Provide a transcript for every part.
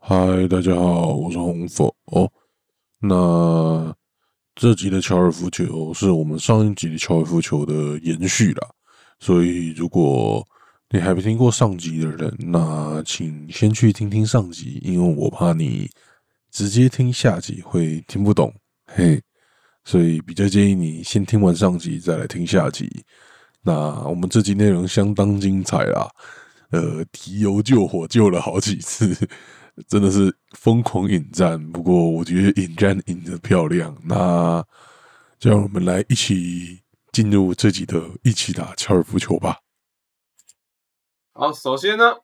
嗨，大家好，我是红佛。哦那这集的乔尔夫球是我们上一集的乔尔夫球的延续啦，所以如果你还没听过上集的人，那请先去听听上集，因为我怕你直接听下集会听不懂，嘿，所以比较建议你先听完上集再来听下集。那我们这集内容相当精彩啦，呃，提油救火救了好几次，真的是疯狂引战。不过我觉得引战引的漂亮，那就让我们来一起进入这集的一起打高尔夫球吧。好，首先呢，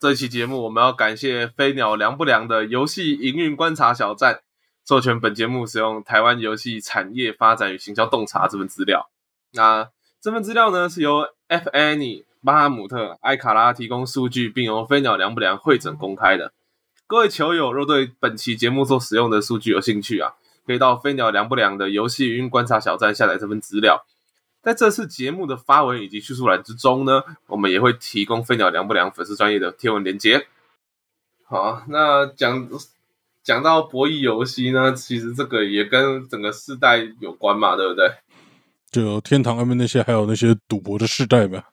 这期节目我们要感谢飞鸟凉不凉的游戏营运观察小站，授权本节目使用《台湾游戏产业发展与行销洞察》这份资料。那这份资料呢，是由 F Annie、巴哈姆特、埃卡拉提供数据，并由飞鸟凉不凉会诊公开的。各位球友若对本期节目所使用的数据有兴趣啊，可以到飞鸟凉不凉的游戏营运观察小站下载这份资料。在这次节目的发文以及叙述栏之中呢，我们也会提供飞鸟凉不凉粉丝专业的贴文连接。好，那讲讲到博弈游戏呢，其实这个也跟整个世代有关嘛，对不对？就天堂外面那些，还有那些赌博的世代吧。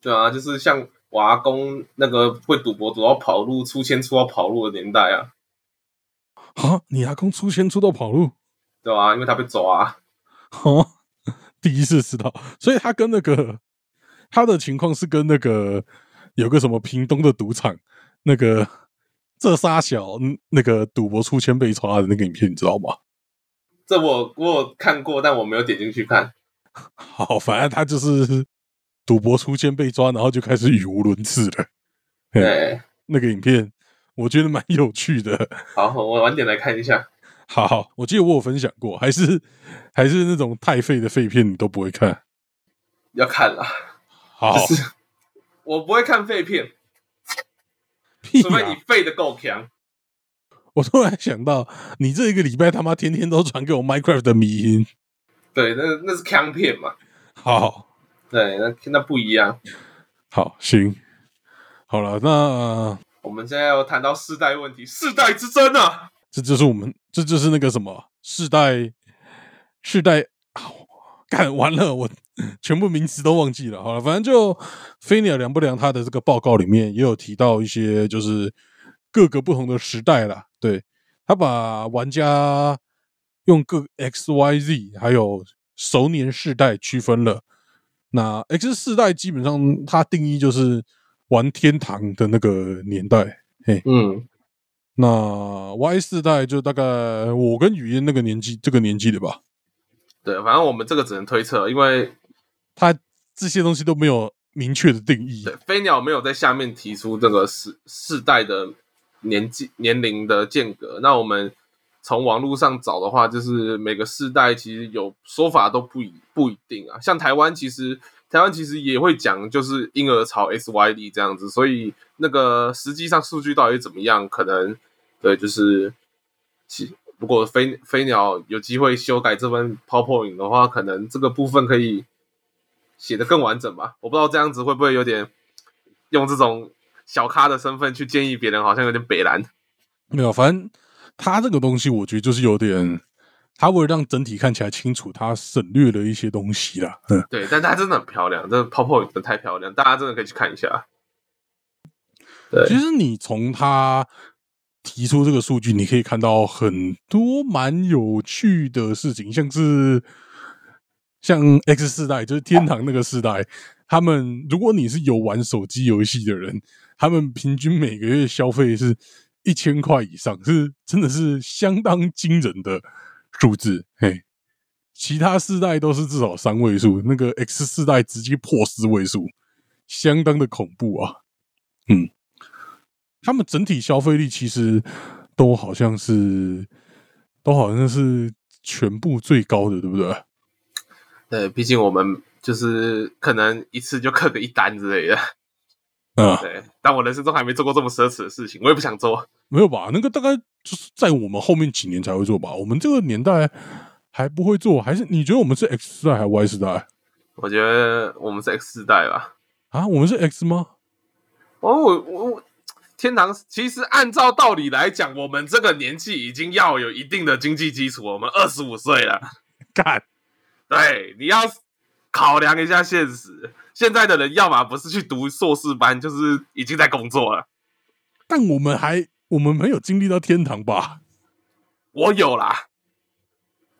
对啊，就是像我阿公那个会赌博赌到跑路、出千出到跑路的年代啊，啊，你阿公出先出到跑路，对吧、啊？因为他被抓、啊，啊， 第一次知道，所以他跟那个他的情况是跟那个有个什么屏东的赌场那个这仨小嗯那个赌博出千被抓的那个影片，你知道吗？这我我有看过，但我没有点进去看。好，反正他就是赌博出千被抓，然后就开始语无伦次了。嘿对，那个影片我觉得蛮有趣的。好，我晚点来看一下。好好，我记得我有分享过，还是还是那种太废的废片你都不会看。要看了，好，就是我不会看废片，屁啊除非你呀！废的够强。我突然想到，你这一个礼拜他妈天天都传给我 Minecraft 的迷音。对，那那是枪片嘛，好对，那那不一样。好行，好了，那我们现在要谈到世代问题，世代之争啊！这就是我们，这就是那个什么世代世代。啊干完了，我 全部名词都忘记了。好了，反正就飞鸟凉不凉，他的这个报告里面也有提到一些，就是各个不同的时代啦。对他把玩家用各 X、Y、Z 还有熟年世代区分了。那 X 世代基本上它定义就是玩天堂的那个年代，嗯，那 Y 世代就大概我跟语嫣那个年纪，这个年纪的吧，对，反正我们这个只能推测，因为他这些东西都没有明确的定义对。飞鸟没有在下面提出这个世世代的年纪年龄的间隔。那我们从网络上找的话，就是每个世代其实有说法都不一不一定啊。像台湾其实台湾其实也会讲，就是婴儿潮 S Y D 这样子，所以那个实际上数据到底怎么样，可能对就是其。如果飞飞鸟有机会修改这份 PowerPoint 的话，可能这个部分可以写的更完整吧。我不知道这样子会不会有点用这种小咖的身份去建议别人，好像有点北蓝。没有，反正他这个东西，我觉得就是有点，他为了让整体看起来清楚，他省略了一些东西啦。嗯，对，但它真的很漂亮，这泡泡真的太漂亮，大家真的可以去看一下。对其实你从他提出这个数据，你可以看到很多蛮有趣的事情，像是像 X 世代，就是天堂那个世代，他们如果你是有玩手机游戏的人，他们平均每个月消费是一千块以上，是真的是相当惊人的数字，嘿。其他世代都是至少三位数，那个 X 世代直接破四位数，相当的恐怖啊！他们整体消费力其实都好像是都好像是全部最高的，对不对？对，毕竟我们就是可能一次就刻个一单之类的。啊、对，但我人生中还没做过这么奢侈的事情，我也不想做。没有吧？那个大概就是在我们后面几年才会做吧。我们这个年代还不会做，还是你觉得我们是 X 世代还是 Y 世代我觉得我们是 X 世代吧。啊？我们是 X 吗？哦，我我我天堂其实按照道理来讲，我们这个年纪已经要有一定的经济基础，我们二十五岁了。干，对，你要考量一下现实。现在的人要么不是去读硕士班，就是已经在工作了。但我们还我们没有经历到天堂吧？我有啦，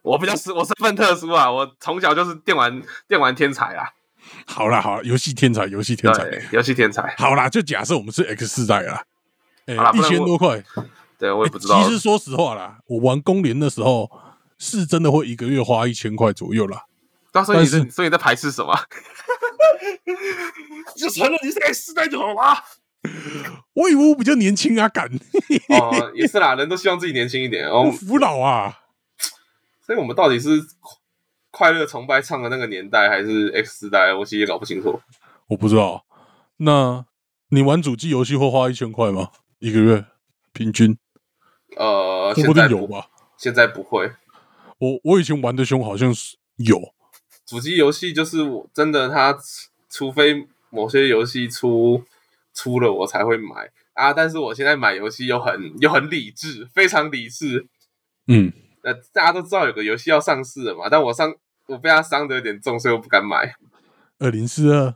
我比较是我身份特殊啊，我从小就是电玩电玩天才啊，好啦好啦，游戏天才，游戏天才，对，游戏天才。好啦，就假设我们是 X 世代啦，哎、好啦不一然千我多块，对，我也欸不知道其实说实话啦，我玩公联的时候是真的会一个月花一千块左右啦。到时候你但啊是，所以你在排斥什么？ 就承认你是 X 世代就好啦。我以为我比较年轻啊，敢哦，也是啦，人都希望自己年轻一点哦我。服老啊！所以我们到底是快快乐崇拜唱的那个年代，还是 X 世代？我其实也搞不清楚。我不知道，那你玩主机游戏会花一千块吗？一个月平均，呃，说现不定在有不，吧。现在不会。我我以前玩的凶，好像是有，主机游戏就是我真的它，除除非某些游戏出出了我才会买啊。但是我现在买游戏又很又很理智，非常理智。嗯，那、大家都知道有个游戏要上市了嘛，但我伤我被它伤的有点重，所以我不敢买。二零四二，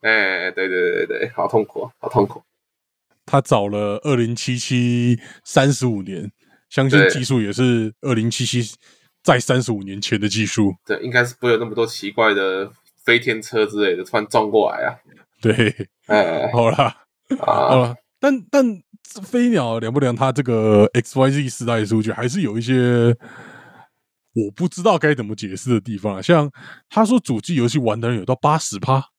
哎、对对对对对，好痛苦，好痛苦。他找了二零七七三十五年，相信对技术也是二零七七在三十五年前的技术。对，应该是不会有那么多奇怪的飞天车之类的突然撞过来啊。对，哎、好啦，好 啊，了，但但飞鸟凉不凉？它这个 X Y Z 时代的数据还是有一些我不知道该怎么解释的地方啊。像他说主机游戏玩的人有到八十趴，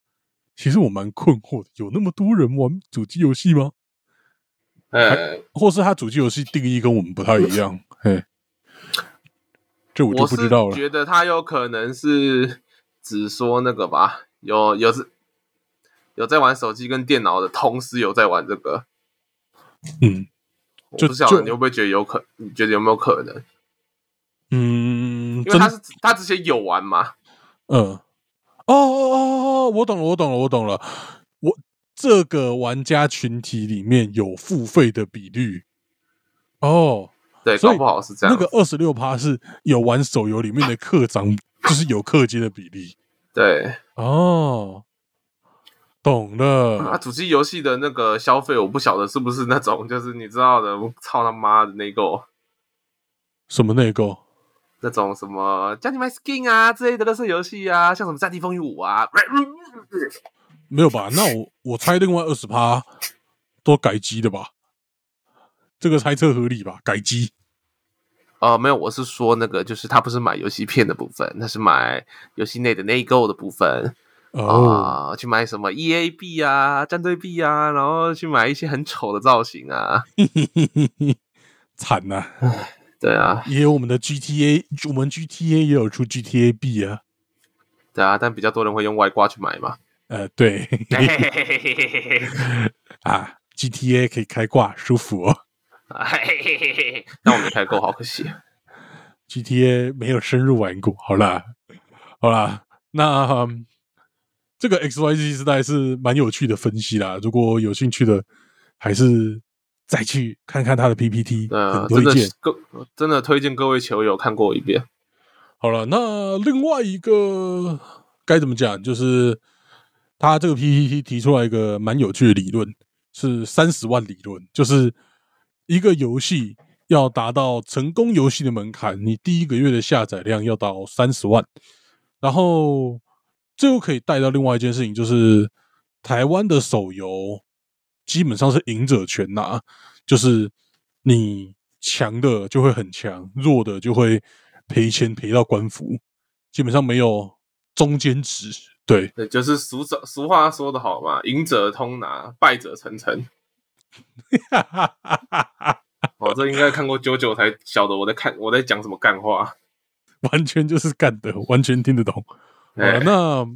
其实我蛮困惑的，有那么多人玩主机游戏吗？哎，或是他主机游戏定义跟我们不太一样？嘿，这我就我不是知道了。觉得他有可能是只说那个吧，有有是有在玩手机跟电脑的同时有在玩这个，嗯我就不晓就得你会不会觉得有可，你觉得有没有可能？嗯，因为真他是他之前有玩嘛，嗯，哦哦哦哦，我懂了，我懂了，我懂了。我这个玩家群体里面有付费的比率，哦，对，所以搞不好是这样。那个二十六趴是有玩手游里面的氪长，就是有氪金的比例。对，哦，懂啊，了。主机游戏的那个消费，我不晓得是不是那种，就是你知道的，我操他妈的那个什么内购？那种什么叫你买 skin 啊之类的，那是游戏啊，像什么《战地风云五》啊，没有吧？那我我猜另外二十趴都改机的吧？这个猜测合理吧？改机。哦，没有，我是说那个，就是他不是买游戏片的部分，他是买游戏内的内购的部分啊、哦，去买什么 E A B 啊、战队 B 啊，然后去买一些很丑的造型啊， 惨呐、对啊，也有我们的 GTA，我们 GTA 也有出 GTA B 啊。对啊，但比较多人会用外挂去 买嘛。 呃，对嘿嘿嘿嘿嘿嘿嘿啊，GTA 可以开挂，舒服哦。嘿嘿嘿嘿，那我没开够，好可惜。 GTA 没有深入玩过，好啦，好啦，那、嗯这个 XYZ 时代是蛮有趣的分析啦。如果有兴趣的，还是再去看看他的 PPT，对啊很，推真的荐是。各真的推荐各位球友看过一遍。好了，那另外一个该怎么讲？就是他这个 PPT 提出来一个蛮有趣的理论，是三十万理论，就是一个游戏要达到成功游戏的门槛，你第一个月的下载量要到三十万。然后这又可以带到另外一件事情，就是台湾的手游基本上是赢者全拿、就是你强的就会很强，弱的就会赔钱赔到官服，基本上没有中间值。 对，对，就是俗者俗话说得好嘛，赢者通拿，败者成城。哦，这应该看过九九才晓得我在看我在讲什么干话。完全就是干的，完全听得懂。 好哎了，那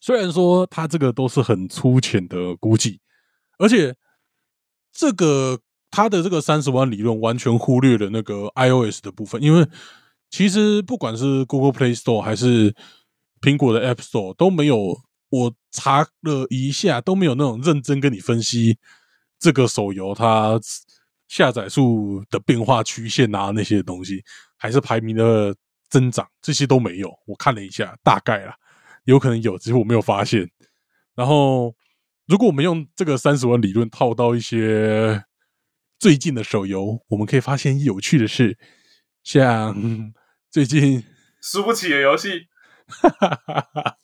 虽然说他这个都是很粗浅的估计，而且这个他的这个三十万理论完全忽略了那个 iOS 的部分，因为其实不管是 Google Play Store 还是苹果的 App Store 都没有，我查了一下都没有那种认真跟你分析这个手游它下载数的变化曲线啊那些东西，还是排名的增长，这些都没有。我看了一下，大概啦，有可能有，只是我没有发现。然后，如果我们用这个三十万理论套到一些最近的手游，我们可以发现有趣的是，像 最近输不起的游戏，哈哈哈哈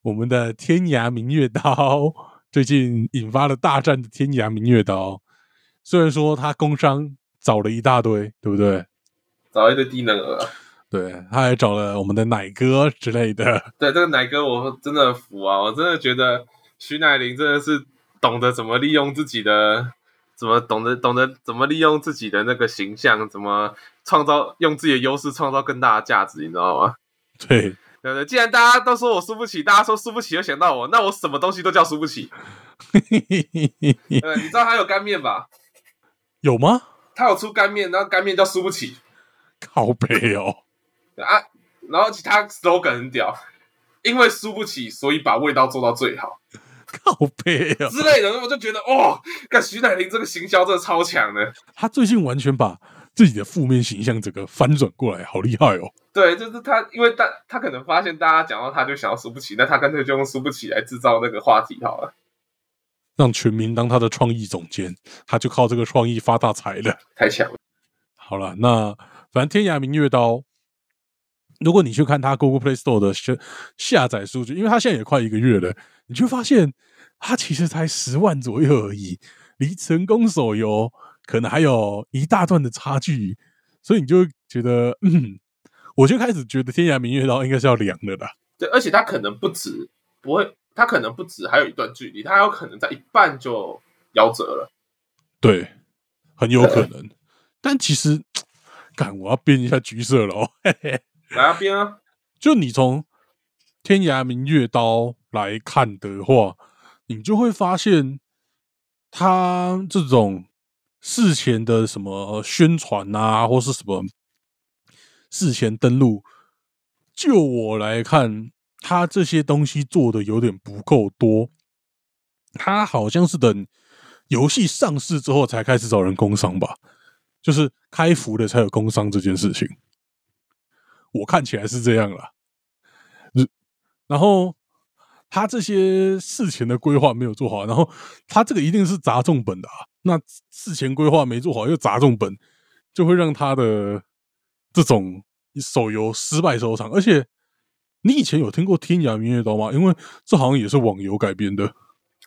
我们的《天涯明月刀》最近引发了大战的《天涯明月刀》，虽然说他工伤找了一大堆，对不对？找一堆低能儿啊。对，他还找了我们的奶哥之类的，对，这个奶哥我真的服啊！我真的觉得徐乃麟真的是懂得怎么利用自己的，怎么懂得懂得怎么利用自己的那个形象，怎么创造用自己的优势创造更大的价值，你知道吗？对， 对不对？既然大家都说我输不起，大家说输不起就想到我，那我什么东西都叫输 不起。对，你知道他有干面吧？有吗？他有出干面，然后干面叫输不起靠背哦，对啊。然后他 slogan 很屌，因为输不起，所以把味道做到最好。靠背哦，之类的，我就觉得哦，看徐乃麟这个行销真的超强的。他最近完全把自己的负面形象整个翻转过来，好厉害哦！对，就是他，因为大他可能发现大家讲到他就想要输不起，那他干脆就用输不起来制造那个话题好了，让全民当他的创意总监，他就靠这个创意发大财了。太强了。好了，那反正《天涯明月刀》，如果你去看它 Google Play Store 的下下载数据，因为它现在也快一个月了，你就发现它其实才十万左右而已，离成功手游可能还有一大段的差距，所以你就觉得，嗯，我就开始觉得《天涯明月刀》应该是要凉的啦。对，而且他可能不止不会，他可能不止还有一段距离，他有可能在一半就夭折了。对，很有可能。但其实，干，我要变一下橘色了哦。嘿嘿来啊，边啊，就你从《天涯明月刀》来看的话，你就会发现，他这种事前的什么宣传啊，或是什么事前登录，就我来看，他这些东西做的有点不够多。他好像是等游戏上市之后才开始找人工商吧，就是开服的才有工商这件事情。我看起来是这样啦。嗯然后他这些事前的规划没有做好，然后他这个一定是砸重本的啊。那事前规划没做好又砸重本，就会让他的这种手游失败收场。而且你以前有听过《天涯明月刀》吗？因为这好像也是网游改编的。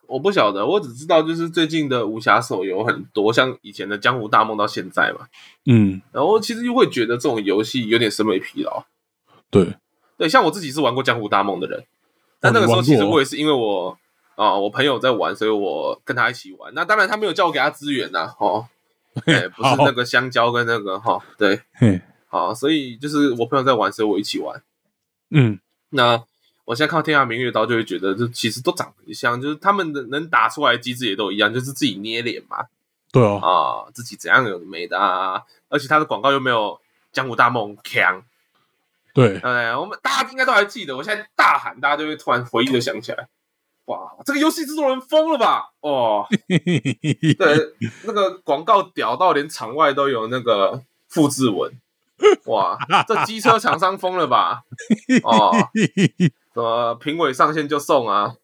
我不晓得，我只知道就是最近的武侠手游很多，像以前的《江湖大梦》到现在嘛，嗯，然后其实又会觉得这种游戏有点审美疲劳。对，对，像我自己是玩过《江湖大梦》的人，但那个你时候玩其实过我也是因为我啊、我朋友在玩，所以我跟他一起玩。那当然他没有叫我给他资源呐、哦，哎，不是好那个香蕉跟那个哈、哦，对，嘿，好，所以就是我朋友在玩，所以我一起玩。嗯，那我现在看到《天涯明月刀》，就会觉得就其实都长得很像，就是他们的能打出来的机制也都一样，就是自己捏脸嘛，对啊，啊，自己怎样有的没的啊，而且他的广告又没有《江湖大梦》强，对，哎，我们大家应该都还记得，我现在大喊，大家就会突然回忆的想起来，哇，这个游戏制作人疯了吧？哦，对，那个广告屌到连场外都有那个复制文，哇，这机车厂商疯了吧？哦，什么评委上线就送啊？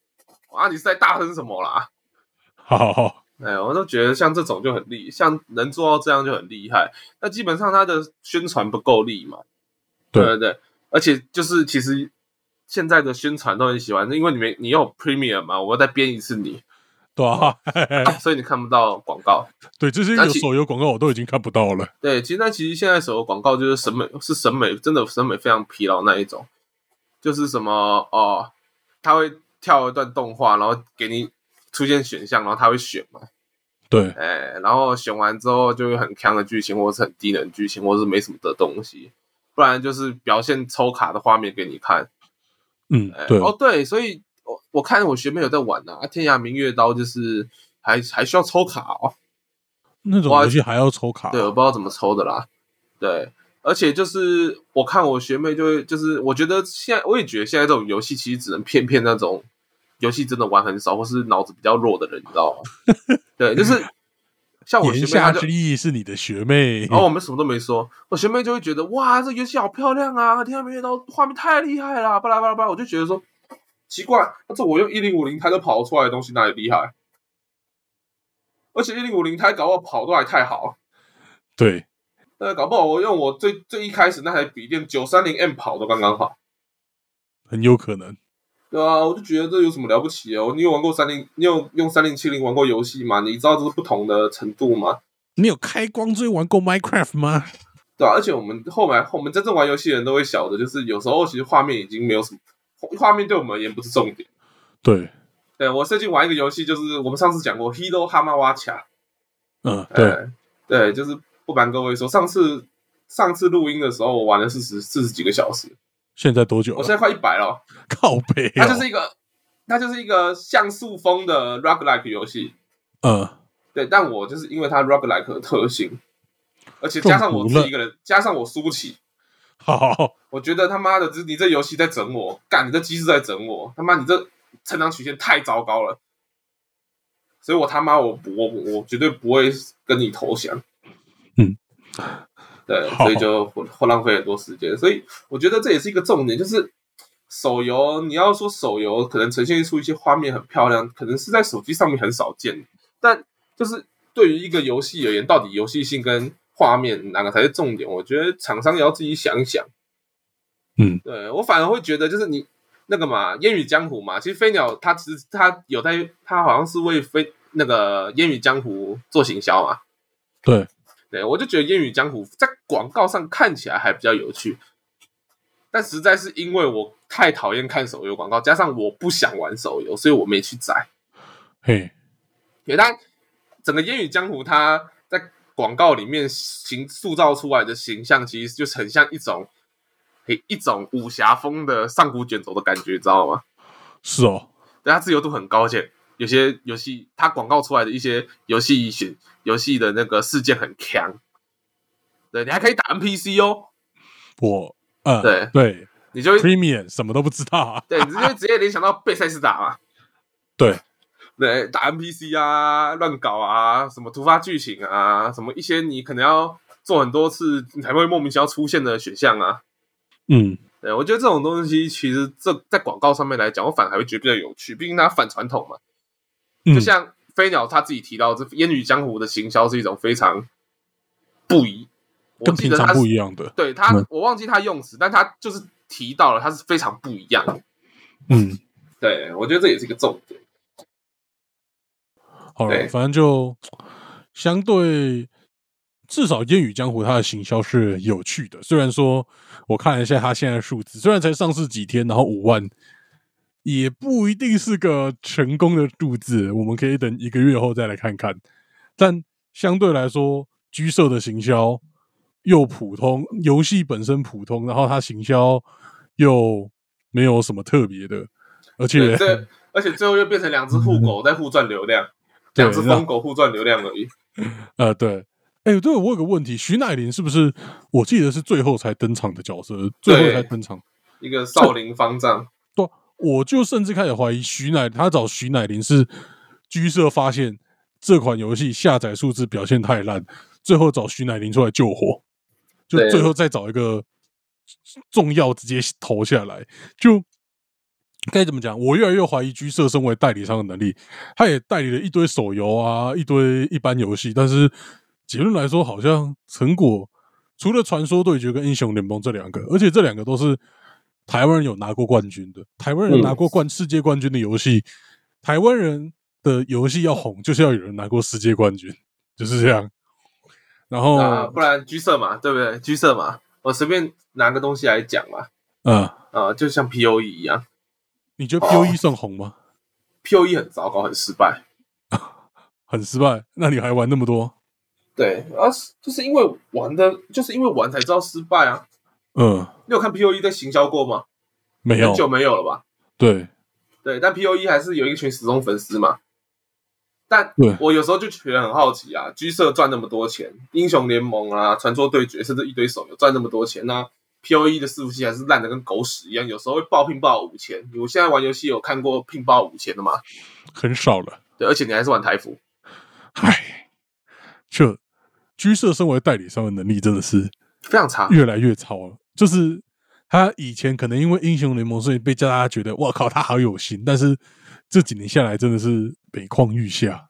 啊，你是在大声什么啦？ 好，哎，我都觉得像这种就很厉，像能做到这样就很厉害。那基本上他的宣传不够力嘛，对对对，而且就是其实现在的宣传都很喜欢，因为你没你有 Premium 嘛，我要再编一次你、对啊，啊所以你看不到广告。对，这些有手游广告我都已经看不到了。对，其实那其实现在手游广告就是审美是审美，真的审美非常疲劳那一种，就是什么哦，他会跳一段动画，然后给你出现选项，然后他会选嘛，对，哎，然后选完之后就会很强的剧情，或是很低能的剧情，或是没什么的东西，不然就是表现抽卡的画面给你看。嗯哎，对，哦对，所以我我看我学妹有在玩呢、啊，天涯明月刀》就是还还需要抽卡哦，那种游戏还要抽卡，啊对，我不知道怎么抽的啦，对，而且就是我看我学妹就会，就是我觉得现在我也觉得现在这种游戏其实只能骗骗那种游戏真的玩很少，或是脑子比较弱的人，你知道吗？ 对，就是像我学言 妹，她下就哦之意是你的学妹然后我们什么都没说，我学妹就会觉得哇，这游戏好漂亮啊，天啊，明月刀画面太厉害啦，巴拉巴拉巴拉，我就觉得说奇怪，那这我用一零五零它就跑出来的东西哪里厉害？而且一零五零它搞不好跑都还太好，对，那搞不好我用我最最一开始那台笔电九三零 M 跑都刚刚好，很有可能。对啊，我就觉得这有什么了不起哦？你有玩过三零，你有用三零七零玩过游戏吗？你知道这是不同的程度吗？你有开光追玩过 Minecraft 吗？对、啊，而且我们后来我们真正玩游戏的人都会晓得，就是有时候其实画面已经没有什么，画面对我们而言不是重点。对，对我最近玩一个游戏，就是我们上次讲过《Hero Hamawacha 嗯，》，对，呃，对，就是不瞒各位说，上次上次录音的时候，我玩了四十四十几个小时，现在多久我了？现在快一百了。靠背、哦，它就是一个，它就是一个像素风的 roguelike 游戏，嗯，对，但我就是因为它 roguelike 的特性，而且加上我自己一个人，加上我输不起，好，我觉得他妈的，这你这游戏在整我，干你这机制在整我，他妈你这成长曲线太糟糕了，所以我他妈我不我我绝对不会跟你投降。嗯，对，好所以就会会浪费很多时间，所以我觉得这也是一个重点，就是手游，你要说手游可能呈现出一些画面很漂亮，可能是在手机上面很少见，但就是对于一个游戏而言，到底游戏性跟画面哪个才是重点？我觉得厂商也要自己想一想。嗯，对我反而会觉得，就是你那个嘛，《烟雨江湖》嘛，其实飞鸟它其实它有在，它好像是为飞那个《烟雨江湖》做行销嘛。对，对我就觉得《烟雨江湖》在广告上看起来还比较有趣，但实在是因为我太讨厌看手游广告，加上我不想玩手游，所以我没去载。嘿，也当整个《烟雨江湖》它在广告里面形塑造出来的形象，其实就是很像一种。嘿一种武侠风的上古卷轴的感觉，你知道吗？是哦，对，它自由度很高，而且有些游戏它广告出来的一些游戏选游戏的那个事件很强，对你还可以打 NPC 哦，我，嗯，对对你就会，Premium 什么都不知道啊，对，你直接直接联想到贝塞斯达嘛， 对，对，打 NPC 啊，乱搞啊，什么突发剧情啊，什么一些你可能要做很多次你才会莫名其妙出现的选项啊，嗯，对，我觉得这种东西其实这在广告上面来讲，我反而还会觉得比较有趣，毕竟它反传统嘛。嗯就像飞鸟他自己提到，这《烟雨江湖》的行销是一种非常不一，我跟记平得常他不是一样的，对他嗯，我忘记他用词，但他就是提到了，他是非常不一样的。嗯，对，我觉得这也是一个重点。好了，对反正就相对至少《烟雨江湖》它的行销是有趣的。虽然说我看了一下它现在的数字，虽然才上市几天，然后五万，也不一定是个成功的数字。我们可以等一个月后再来看看。但相对来说，居社的行销又普通，游戏本身普通，然后它行销又没有什么特别的，而且对，这而且最后又变成两只护狗在互赚流量，嗯对两只让疯狗互赚流量而已。呃，对。哎、对我有个问题，徐乃麟是不是我记得是最后才登场的角色，最后才登场？一个少林方丈，对啊，我就甚至开始怀疑徐乃他找徐乃麟是居社发现这款游戏下载数字表现太烂，最后找徐乃麟出来救火，就对最后再找一个重要直接投下来，就该怎么讲？我越来越怀疑居社身为代理商的能力，他也代理了一堆手游啊，一堆一般游戏，但是结论来说，好像成果除了《传说对决》跟《英雄联盟》这两个，而且这两个都是台湾人有拿过冠军的，台湾人嗯拿过冠世界冠军的游戏，台湾人的游戏要红，就是要有人拿过世界冠军，就是这样。然后，啊，不然居社嘛，对不对？居社嘛，我随便拿个东西来讲嘛，嗯，啊，就像 P O E 一样你觉得哦 P O E 算红吗？ ，P O E 很糟糕，很失败。很失败，那你还玩那么多？对，然后是就是因为玩的，就是因为玩才知道失败啊。嗯，你有看 P O E 在行销过吗？没有很，久没有了吧？对，对，但 P O E 还是有一群死忠粉丝嘛。但对 我有时候就觉得很好奇啊，居社赚那么多钱，英雄联盟啊、传说对决，甚至一堆手游赚那么多钱那、 P O E 的伺服器还是烂的跟狗屎一样，有时候会爆拼爆五千。我现在玩游戏有看过拼爆五千的吗？很少了。对，而且你还是玩台服，唉，就居社身为代理商的能力真的是非常差。越来越超了。就是他以前可能因为英雄联盟，所以被大家觉得哇靠，他好有心。但是这几年下来，真的是每况愈下。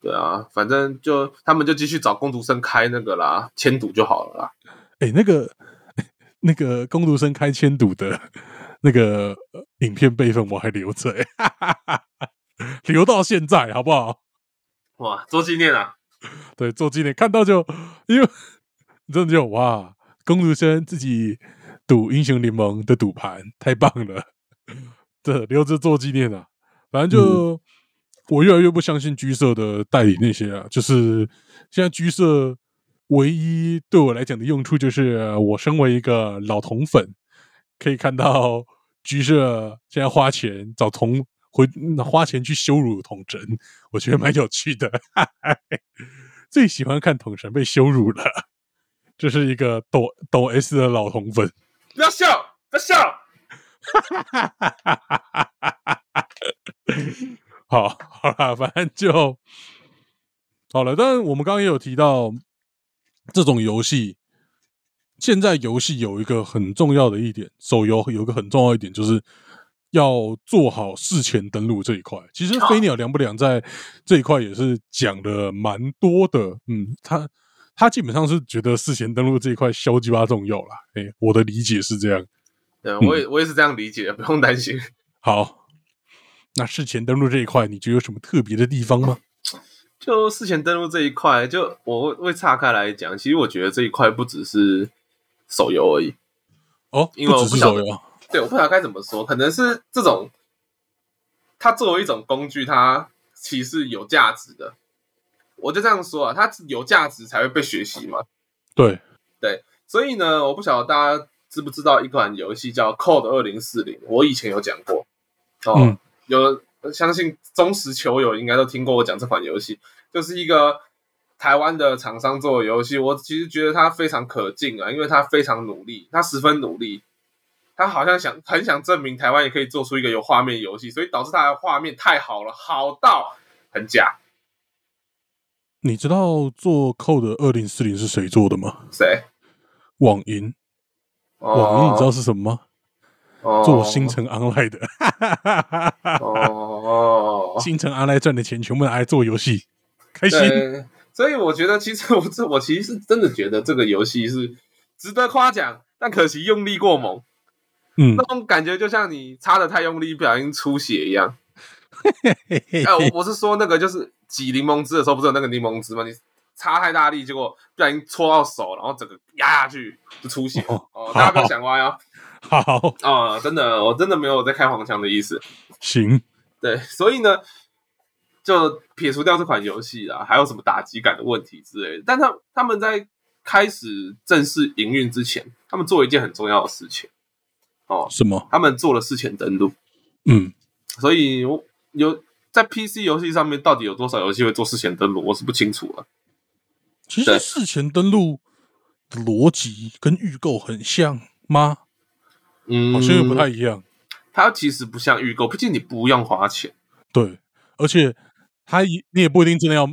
对啊，反正就他们就继续找工读生开那个啦，迁赌就好了啦。哎、那个 那个工读生开千赌的那个呃影片备份我还留着、欸，留到现在好不好？哇，做纪念啊！对，做纪念看到就，因为真的就哇，工读生自己赌英雄联盟的赌盘太棒了， 这留着做纪念啊。反正就、我越来越不相信居社的代理那些啊，就是现在居社唯一对我来讲的用处就是，呃我身为一个老铜粉，可以看到居社现在花钱找铜回花钱去羞辱童真，我觉得蛮有趣的。最喜欢看统神被羞辱了，这是一个抖抖 S 的老铜粉。不要笑，不要笑。好，好啦，反正就好了。但我们刚刚也有提到，这种游戏现在游戏有一个很重要的一点，手游有一个很重要一点，就是要做好事前登录这一块。其实飞鸟凉不凉在这一块也是讲的蛮多的，嗯，他他基本上是觉得事前登录这一块消极巴重要啦。诶、我的理解是这样。对，我也我也是这样理解，不用担心。好，那事前登录这一块，你觉得有什么特别的地方吗？就事前登录这一块，就我会岔开来讲，其实我觉得这一块不只是手游而已。哦，因为我不只不是晓手得游啊，对，我不晓得该怎么说，可能是这种，它作为一种工具，它其实有价值的。我就这样说啊，它有价值才会被学习嘛。对，所以呢，我不晓得大家知不知道一款游戏叫《Code 二零四零》，我以前有讲过哦，嗯有相信忠实球友应该都听过我讲这款游戏，就是一个台湾的厂商做的游戏。我其实觉得它非常可敬啊，因为它非常努力，它十分努力，它好像想很想证明台湾也可以做出一个有画面的游戏，所以导致它的画面太好了，好到很假。你知道做 Code 二零四零是谁做的吗？谁？网银，网银你知哦，道是什么吗？哦做星辰 Online 的，哦哦，哦星辰 Online 赚的钱全部拿来做游戏，开心。对，所以我觉得，其实 我这我其实是真的觉得这个游戏是值得夸奖，但可惜用力过猛，嗯那，种感觉就像你擦的太用力，不小心出血 一样。嘿嘿哎，我我是说那个就是挤柠檬汁的时候，不是有那个柠檬汁吗？你擦太大力，结果不小心戳到手，然后整个压下去就出血。哦哦，大家不要想歪哦。好，啊、真的，我真的没有在开黄腔的意思。行，对，所以呢，就撇除掉这款游戏啊，还有什么打击感的问题之类的。但他他们在开始正式营运之前，他们做了一件很重要的事情，什么？他们做了事前登录。嗯，所以我有在 PC 游戏上面到底有多少游戏会做事前登录，我是不清楚了。其对实事前登录的逻辑跟预购很像吗？嗯，好像又不太，一样。它其实不像预购，毕竟你不用花钱。对，而且它也你也不一定真的要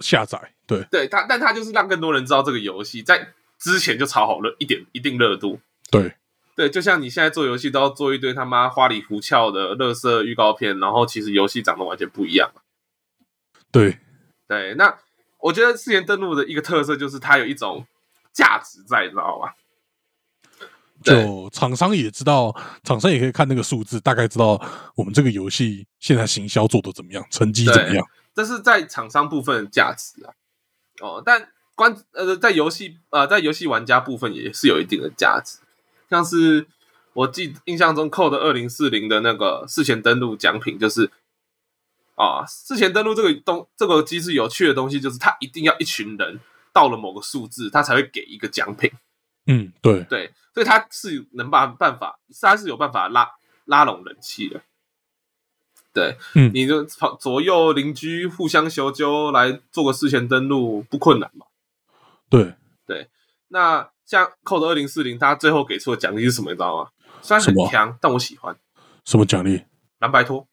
下载。对，对它，但它就是让更多人知道这个游戏，在之前就炒好了一点一定热度。对，对，就像你现在做游戏都要做一堆他妈花里胡俏的乐色预告片，然后其实游戏长得完全不一样。对，对，那我觉得事前登录的一个特色就是它有一种价值在，你知道吧？对就厂商也知道，厂商也可以看那个数字，大概知道我们这个游戏现在行销做的怎么样，成绩怎么样。这是在厂商部分的价值啊。哦，但关呃，在游戏呃，在游戏玩家部分也是有一定的价值，像是我记印象中 Code 二零四零的那个事前登录奖品就是。啊，事前登录这个东这个机制有趣的东西，就是它一定要一群人到了某个数字，它才会给一个奖品。嗯，对，对，所以它是能办办法，它是有办法拉拉拢人气的。对，嗯你就旁左右邻居互相求救来做个事前登录，不困难嘛？对，那像 Code 二零四零，它最后给出的奖励是什么？你知道吗？虽然什很么强，但我喜欢什么奖励？蓝白拖，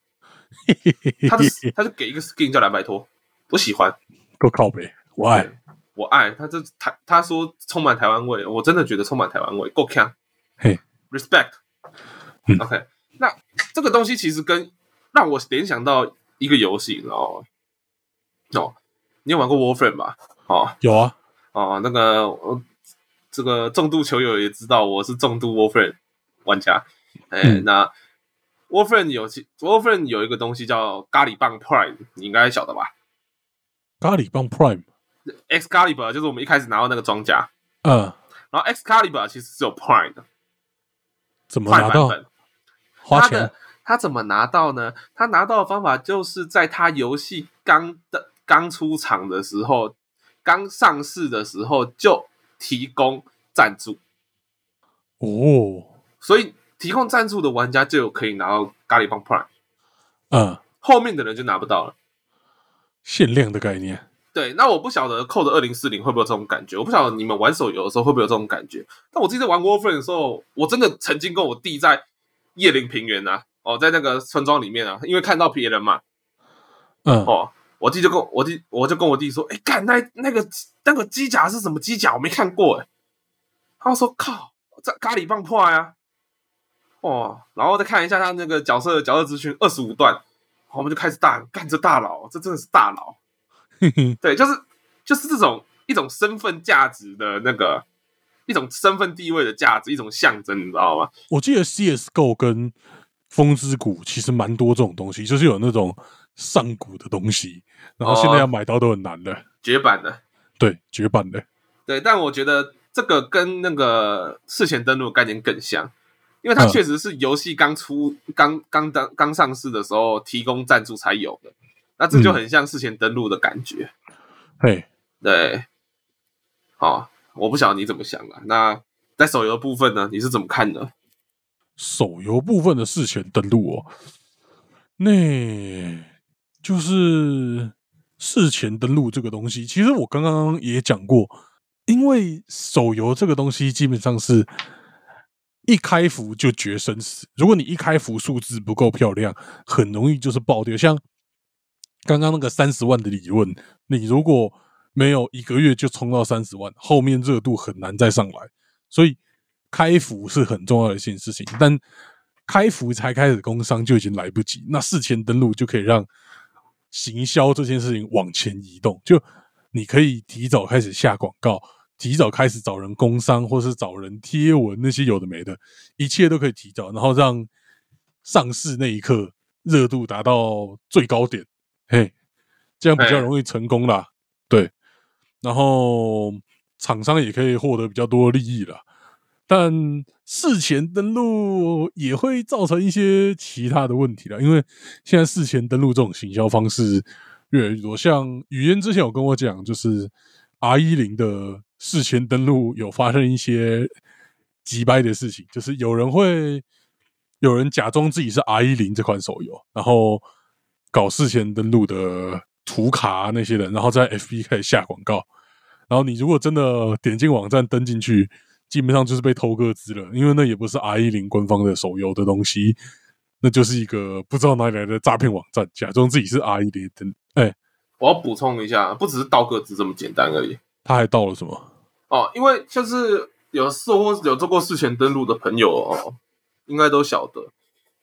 它的它就给一个 skin 叫蓝白拖，我喜欢，够靠北，我爱我爱它这台，他说充满台湾味，我真的觉得充满台湾味，够强，嘿，respect，OK，、嗯 OK，那这个东西其实跟让我联想到一个游戏，你知道吗？哦，你有玩过 Warframe 吧？哦，有啊，哦，那个我这个重度球友也知道我是重度 Warframe 玩家。哎、嗯那 Warframe 有其 Warframe 有一个东西叫咖喱棒 Prime，你应该晓得吧咖喱棒 Prime， ？Excalibur 就是我们一开始拿到那个装甲，嗯，然后 Excalibur 其实是有 Prime 的怎么 Prime 拿版到？本。花他钱的他怎么拿到呢？他拿到的方法就是在他游戏刚的刚出厂的时候，刚上市的时候就提供赞助。哦，所以提供赞助的玩家就有可以拿到咖喱棒 Prime，嗯，后面的人就拿不到了。限量的概念，对，那我不晓得 Code 二零四零会不会有这种感觉，我不晓得你们玩手游的时候会不会有这种感觉。但我自己在玩 Warframe 的时候，我真的曾经跟我弟在叶林平原啊，哦，在那个村庄里面啊，因为看到别人嘛，嗯，哦，我弟就跟我弟，我就跟我弟说，哎，干那那个那个机甲是什么机甲？我没看过哎。他说靠，这咖喱棒破呀、哦，然后再看一下他那个角色角色资讯，二十五段，好我们就开始大干这大佬，这真的是大佬，嘿嘿，对，就是就是这种一种身份价值的那个一种身份地位的价值，一种象征，你知道吗？我记得 CS:GO 跟风之谷其实蛮多这种东西，就是有那种上古的东西，然后现在哦要买到都很难了，绝版的，对，绝版的，对，但我觉得这个跟那个事前登录的概念更像，因为它嗯确实是游戏刚出、刚刚当刚上市的时候提供赞助才有的，那这就很像事前登录的感觉。嘿，对，好、我不晓得你怎么想啊。那在手游的部分呢，你是怎么看的？手游部分的事前登录哦，那就是事前登录这个东西，其实我刚刚也讲过，因为手游这个东西基本上是一开服就决生死，如果你一开服数字不够漂亮，很容易就是爆掉。像刚刚那个三十万的理论，你如果没有一个月就冲到三十万，后面热度很难再上来。所以开服是很重要的一件事情，但开服才开始工商就已经来不及，那事前登录就可以让行销这件事情往前移动，就你可以提早开始下广告，提早开始找人工商，或是找人贴文那些有的没的，一切都可以提早，然后让上市那一刻热度达到最高点，嘿，这样比较哎容易成功啦。对，然后厂商也可以获得比较多利益啦。但事前登录也会造成一些其他的问题啦，因为现在事前登录这种行销方式越来越多。像语言之前有跟我讲，就是 R 一零的事前登录有发生一些急掰的事情，就是有人会有人假装自己是 R 一零这款手游，然后搞事前登录的图卡啊那些人，然后在 FB 开始下广告，然后你如果真的点进网站登进去，基本上就是被偷各资了，因为那也不是 R 一零官方的手游的东西，那就是一个不知道哪里来的诈骗网站，假装自己是 R 一零的，哎、我要补充一下，不只是刀各自这么简单而已他还到了什么？哦，因为就是有做过有做过事前登录的朋友哦，应该都晓得，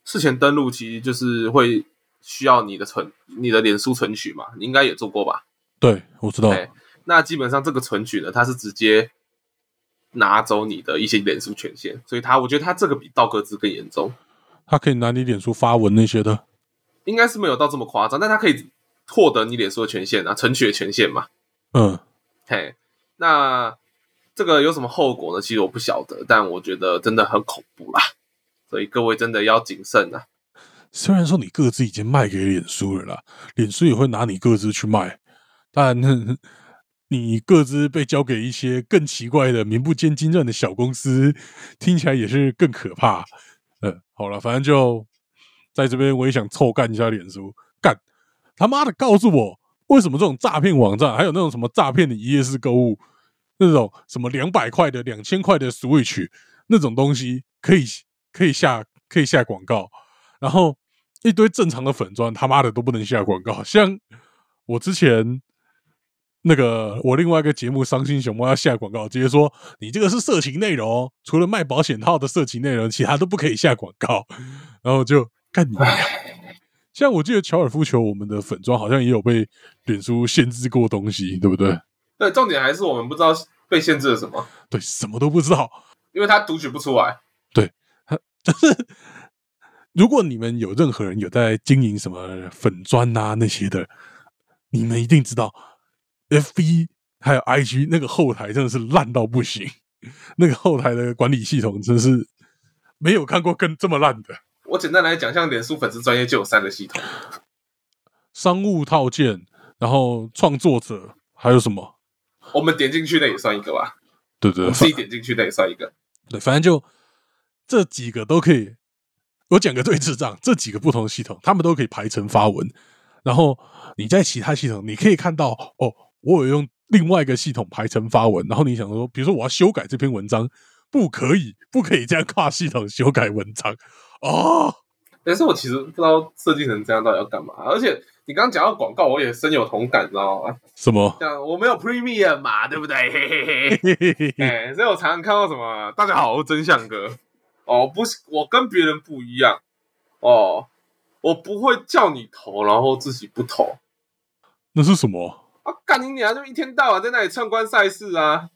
事前登录其实就是会需要你的存你的脸书存取嘛，你应该也做过吧？对，我知道，哎那基本上这个存取呢，它是直接拿走你的一些脸书权限，所以它我觉得它这个比道格兹更严重，他可以拿你脸书发文那些的，应该是没有到这么夸张，但它可以获得你脸书的权限啊，存取的权限嘛。嗯，嘿，那这个有什么后果呢？其实我不晓得，但我觉得真的很恐怖啦，所以各位真的要谨慎啊。虽然说你各自已经卖给脸书了啦，脸书也会拿你各自去卖，但 你各自被交给一些更奇怪的、名不见经传的小公司，听起来也是更可怕。嗯，好了，反正就在这边，我也想臭干一下脸书，干他妈的告诉我，为什么这种诈骗网站，还有那种什么诈骗你一夜式购物，那种什么两百块的、两千块的 Switch 那种东西，可以可以下可以下广告，然后一堆正常的粉砖他妈的都不能下广告。像我之前那个我另外一个节目《伤心熊猫》要下广告，直接说你这个是色情内容，除了卖保险套的色情内容，其他都不可以下广告。 然后就干你娘。像我记得乔尔夫球，我们的粉砖好像也有被脸书限制过东西，对不对？对，重点还是我们不知道被限制了什么，对，什么都不知道。因为他读取不出来。就是如果你们有任何人有在经营什么粉砖啊那些的，你们一定知道，F 一还有 IG 那个后台真的是烂到不行， 那个后台的管理系统真是没有看过更这么烂的。我简单来讲，像脸书粉丝专业就有三个系统，商务套件，然后创作者，还有什么？我们点进去那也算一个吧，对对对我们自己点进去那也算一个。对，反正就这几个都可以。我讲个最智障，这几个不同的系统，他们都可以排成发文。然后你在其他系统，你可以看到哦，我有用另外一个系统排成发文。然后你想说，比如说我要修改这篇文章，不可以，不可以这样跨系统修改文章哦。但是我其实不知道设计成这样到底要干嘛，啊而且你刚刚讲到广告，我也深有同感，你知道吗？什么？像我没有 Premium 嘛，对不对？嘿嘿嘿。嘿嘿嘿嘿 哎、所以我常常看到什么，大家好，我是真相哥。哦，不是，我跟别人不一样。哦，我不会叫你投，然后自己不投。那是什么？啊，干你娘！就一天到晚在那里参观赛事啊，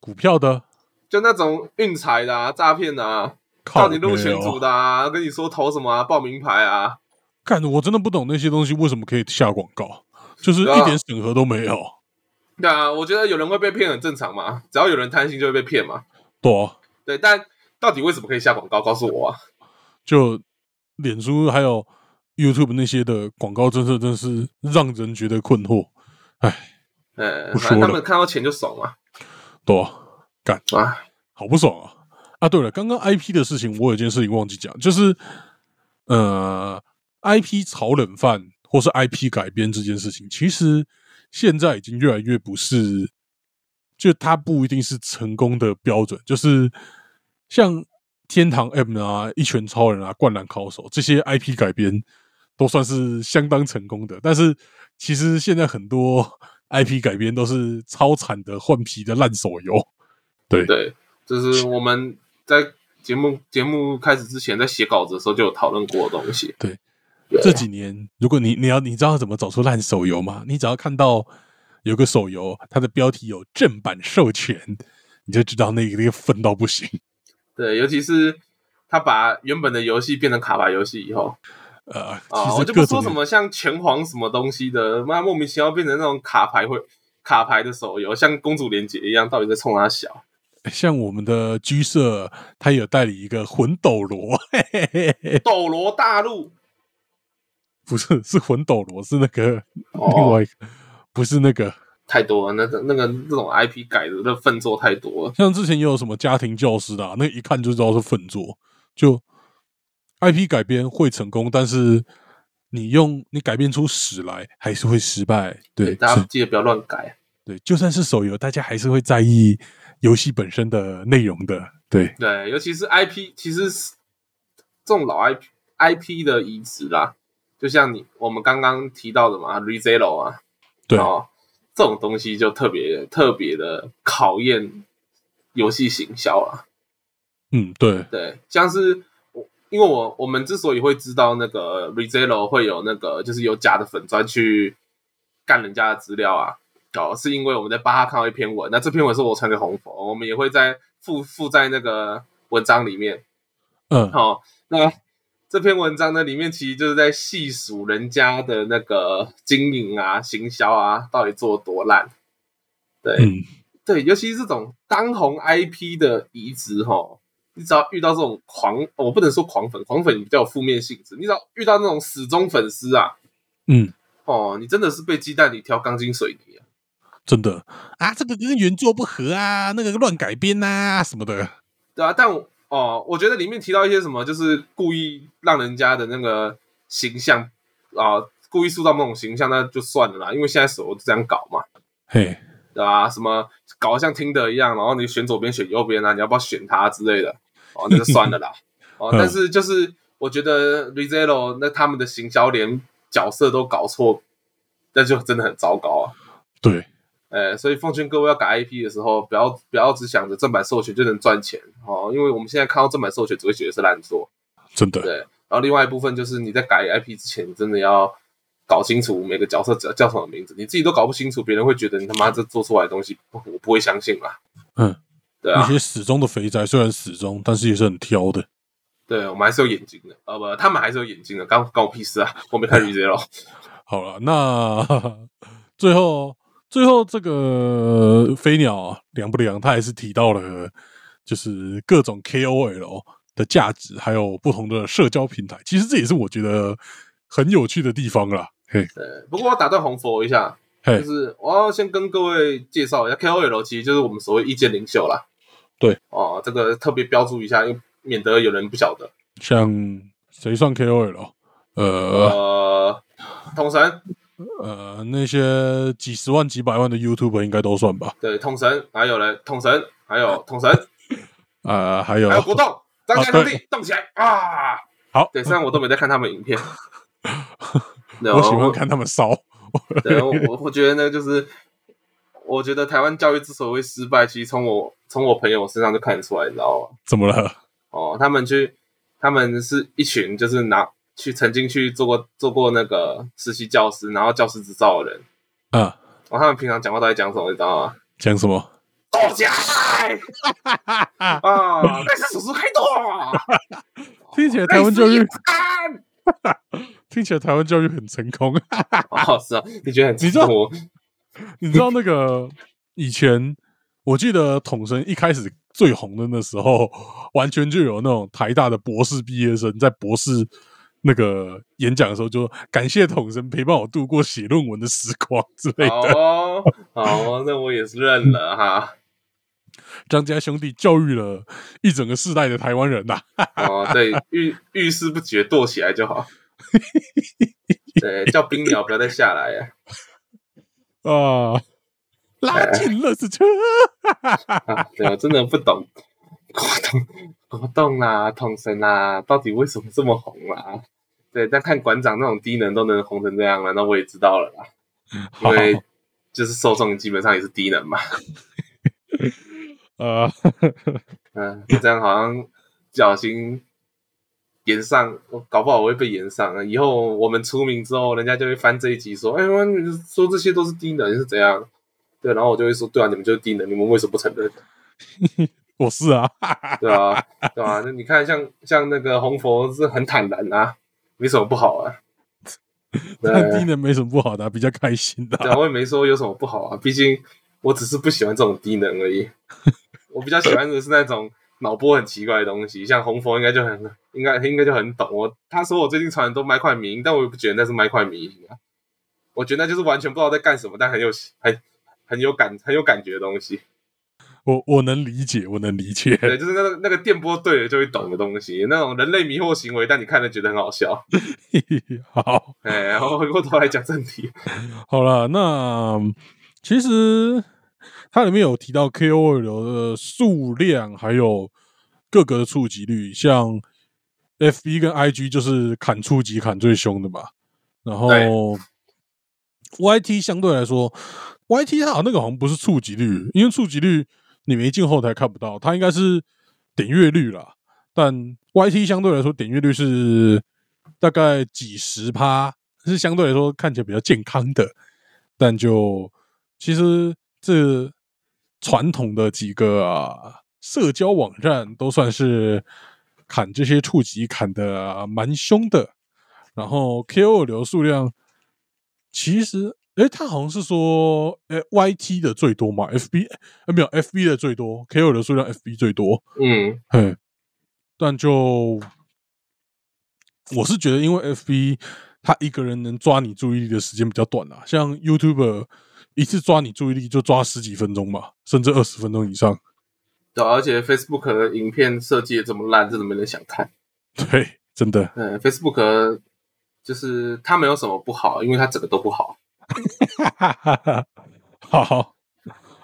股票的？就那种运财的啊、诈骗的啊，靠叫你入群没有组的啊，跟你说投什么啊、报名牌啊。干，我真的不懂那些东西为什么可以下广告，就是一点审核都没有。对啊，我觉得有人会被骗很正常嘛，只要有人贪心就会被骗嘛。对、啊，对，但到底为什么可以下广告？告诉我啊！就脸书还有 YouTube 那些的广告政策，真是让人觉得困惑。哎，嗯，不反说正他了们看到钱就爽嘛。对、啊，干，啊，好不爽啊！啊，对了，刚刚 IP 的事情，我有件事情忘记讲，就是呃，IP 炒冷饭或是 IP 改编这件事情，其实现在已经越来越不是，就它不一定是成功的标准，就是像天堂 M 啊、一拳超人啊、灌篮高手这些 IP 改编都算是相当成功的，但是其实现在很多 IP 改编都是超惨的、换皮的烂手游。对，就是我们在节目节目开始之前，在写稿子的时候就有讨论过的东西。对对，这几年，如果你你要你知道怎么找出烂手游吗？你只要看到有个手游，它的标题有正版授权，你就知道那个那个分到不行。对，尤其是他把原本的游戏变成卡牌游戏以后呃，啊，其我实就不各说种什么像拳皇什么东西的，妈莫名其妙变成那种卡牌会卡牌的手游，像公主连结一样，到底在冲他小？像我们的居社，它有代理一个魂斗罗， 嘿嘿嘿嘿斗罗大陆 不是是魂斗罗，是那个、另哦，外一个，不是那个。太多了，那个那个那种 IP 改的那粪作太多了。像之前也有什么家庭教师的、啊，那一看就知道是粪作。就 IP 改编会成功，但是你用你改编出屎来，还是会失败。对，大家是记得不要乱改。对，就算是手游，大家还是会在意游戏本身的内容的。对，对，尤其是 IP，其实是这种老 IP IP 的移植啦，就像你我们刚刚提到的嘛，ReZero 啊，对哦，这种东西就特别特别的考验游戏行销啦。嗯，对，对，像是我，因为我我们之所以会知道那个 ReZero 会有那个就是有假的粉砖去干人家的资料啊，哦，是因为我们在巴哈看到一篇文，那这篇文是我传给红佛，我们也会在附附在那个文章里面。嗯，好、那这篇文章呢，里面其实就是在细数人家的那个经营啊、行销啊，到底做得多烂。对、嗯，对，尤其是这种当红 IP 的移植，哈，你只要遇到这种狂，我不能说狂粉，狂粉比较有负面性质。你只要遇到那种死忠粉丝啊，嗯，哦，你真的是被鸡蛋里挑钢筋水泥啊。真的啊，这个跟原作不合啊，那个乱改编啊什么的。对啊，但我哦，我觉得里面提到一些什么，就是故意让人家的那个形象啊、故意塑造某种形象，那就算了啦，因为现在手游就这样搞嘛。嘿，啊，什么搞得像听的一样，然后你选左边选右边啊，你要不要选它之类的，哦，那就算了啦。哦，但是就是我觉得 Rizelo 那他们的行销连角色都搞错，那就真的很糟糕啊。对，呃，所以奉劝各位要改 IP 的时候，不要不要只想着正版授权就能赚钱哦，因为我们现在看到正版授权只会觉得是烂作。真的，对，然后另外一部分就是你在改 IP 之前，你真的要搞清楚每个角色叫叫什么名字，你自己都搞不清楚，别人会觉得你他妈这做出来的东西，我不会相信啦。嗯，对那啊，些死忠的肥宅虽然死忠，但是也是很挑的。对我们还是有眼睛的，啊不，他们还是有眼睛的，干干我屁事啊！我没看 ReZero，好了，那最后最后这个飞鸟啊凉不凉？他也是提到了，就是各种 KOL 的价值，还有不同的社交平台。其实这也是我觉得很有趣的地方啦。嘿，对，不过我打断红佛一下，嘿就是我要先跟各位介绍一下 KOL，其实就是我们所谓意见领袖啦。对，哦，这个特别标注一下，因为免得有人不晓得。像谁算 KOL？呃呃，统神，呃，那些几十万、几百万的 YouTube 应该都算吧？对，统神，还有人，统神，还有统神，啊，还有还有国栋，张家啊兄弟动起来啊！好，对，虽然我都没在看他们影 片，对我喜欢。看他们烧。对，我我我觉得呢，就是我觉得台湾教育之所以会失败，其实从我从我朋友身上就看得出来，你知道吗？怎么了？哦，他们去，他们是一群就是拿去曾经去做过做过那个实习教师，然后教师执照的人。啊，然后他们平常讲话都在讲什么，你知道吗？讲什么？动起来！啊，但是叔叔开动啊！听起来台湾教育类似一般听起来台湾教育很成功。哦，是啊，你觉得很激你知道动我？你知道那个以前，我记得统神一开始最红的那时候，完全就有那种台大的博士毕业生在博士那个演讲的时候，就说感谢统神陪伴我度过写论文的时光之类好的。哦，好哦，那我也是认了哈。张家兄弟教育了一整个世代的台湾人呐、哦，对，遇遇事不决，剁起来 就好。对，叫冰鸟不要再下来呀、啊！拉进垃圾车，啊！对，我真的不懂， 国栋、国栋啦、统神啦，到底为什么这么红啦、对，但看馆长那种低能都能红成这样了，那我也知道了啦，因为就是受众基本上也是低能嘛。呃，嗯，这样好像不小心延上，哦搞不好我会被延上啊！以后我们出名之后，人家就会翻这一集说：“哎呦，你说这些都是低能是怎样？”对，然后我就会说：“对啊，你们就是低能，你们为什么不承认？我是啊，对啊，对啊，那你看像像那个红佛是很坦然啊，没什么不好啊。 对但低能没什么不好的啊、比较开心的啊、对啊，我也没说有什么不好啊，毕竟我只是不喜欢这种低能而已。我比较喜欢的是那种脑波很奇怪的东西，像红佛应该就很应该应该就很懂我。他说我最近传很多麦块迷因，但我也不觉得那是麦块迷因啊，我觉得那就是完全不知道在干什么，但很有很很有感很有感觉的东西。我我能理解，我能理解。 对，就是那个那个电波对了就会懂的东西，那种人类迷惑行为，但你看了觉得很好笑。 好，哎，然后回过头来讲正题，好了，那嗯其实它里面有提到 KOL 的数量，还有各个的触及率，像 FB 跟 IG 就是砍触及砍最凶的嘛，然后对 YT 相对来说，YT 它好像那个好像不是触及率，因为触及率你没进后台看不到，它应该是点阅率啦。但 YT 相对来说点阅率是大概几十趴，是相对来说看起来比较健康的。但就其实这传统的几个啊社交网站都算是砍这些触及砍的蛮凶的，然后 KOL 流数量其实，诶，他好像是说，诶 y t 的最多嘛，FB 呃没有 FB 的最多，KOL 的数量 FB 最多，嗯，嘿，但就我是觉得，因为 FB 他一个人能抓你注意力的时间比较短啦，像 YouTuber 一次抓你注意力就抓十几分钟嘛，甚至二十分钟以上，对，啊而且 Facebook 的影片设计得这么烂，真的没人想看。对，真的，嗯，Facebook 就是它没有什么不好，因为它整个都不好。哈哈哈哈，好，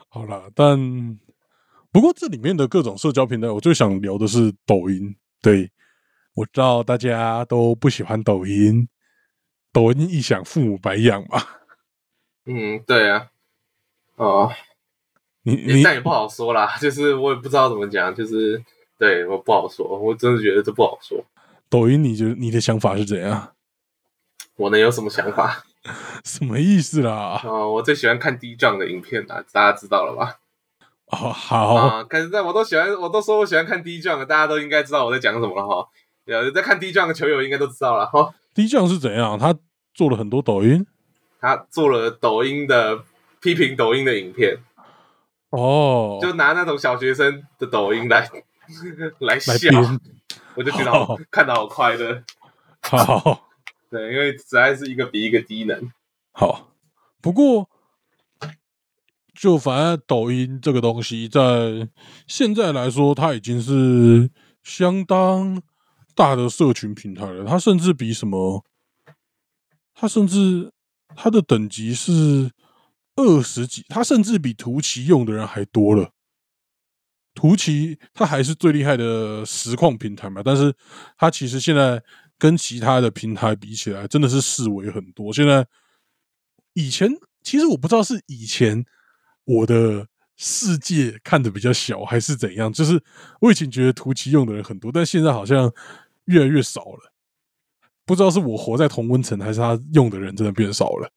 好啦，但不过这里面的各种社交平台，我最想聊的是抖音。对，我知道大家都不喜欢抖音，抖音一响，父母百养嘛。嗯，对啊，哦，你也你但也不好说啦，就是我也不知道怎么讲，就是对我不好说，我真的觉得这不好说。抖音，你就你的想法是怎样？ 我能有什么想法？什么意思啦？哦，我最喜欢看 D 酱的影片啦，大家知道了吧？哦，好，啊，看但我都喜欢，我都说我喜欢看 D 酱的，大家都应该知道我在讲什么了哈。有在看 D 酱的球友应该都知道了哈。第一酱是怎样？他做了很多抖音他做了抖音的批评抖音的影片，哦，就拿那种小学生的抖音来 来来哦笑，编，我就觉得好看到好快乐。好。对，因为实在是一个比一个低能。好，不过就反正抖音这个东西，在现在来说，它已经是相当大的社群平台了。它甚至比什么，它甚至它的等级是二十几，它甚至比图奇用的人还多了。图奇它还是最厉害的实况平台嘛，但是它其实现在跟其他的平台比起来，真的是四维很多。现在以前其实我不知道是以前我的世界看的比较小，还是怎样，就是我以前觉得图奇用的人很多，但现在好像越来越少了。不知道是我活在同温层，还是他用的人真的变少了？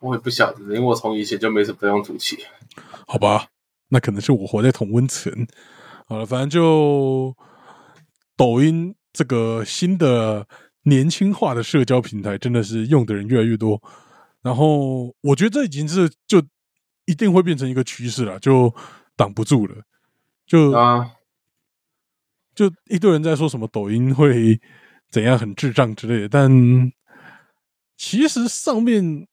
我也不晓得，因为我从以前就没什么用土气。好吧，那可能是我活在同温层。好了，反正就抖音这个新的年轻化的社交平台，真的是用的人越来越多。然后我觉得这已经是就一定会变成一个趋势了，就挡不住了。就啊，就一堆人在说什么抖音会怎样很智障之类的，但其实上面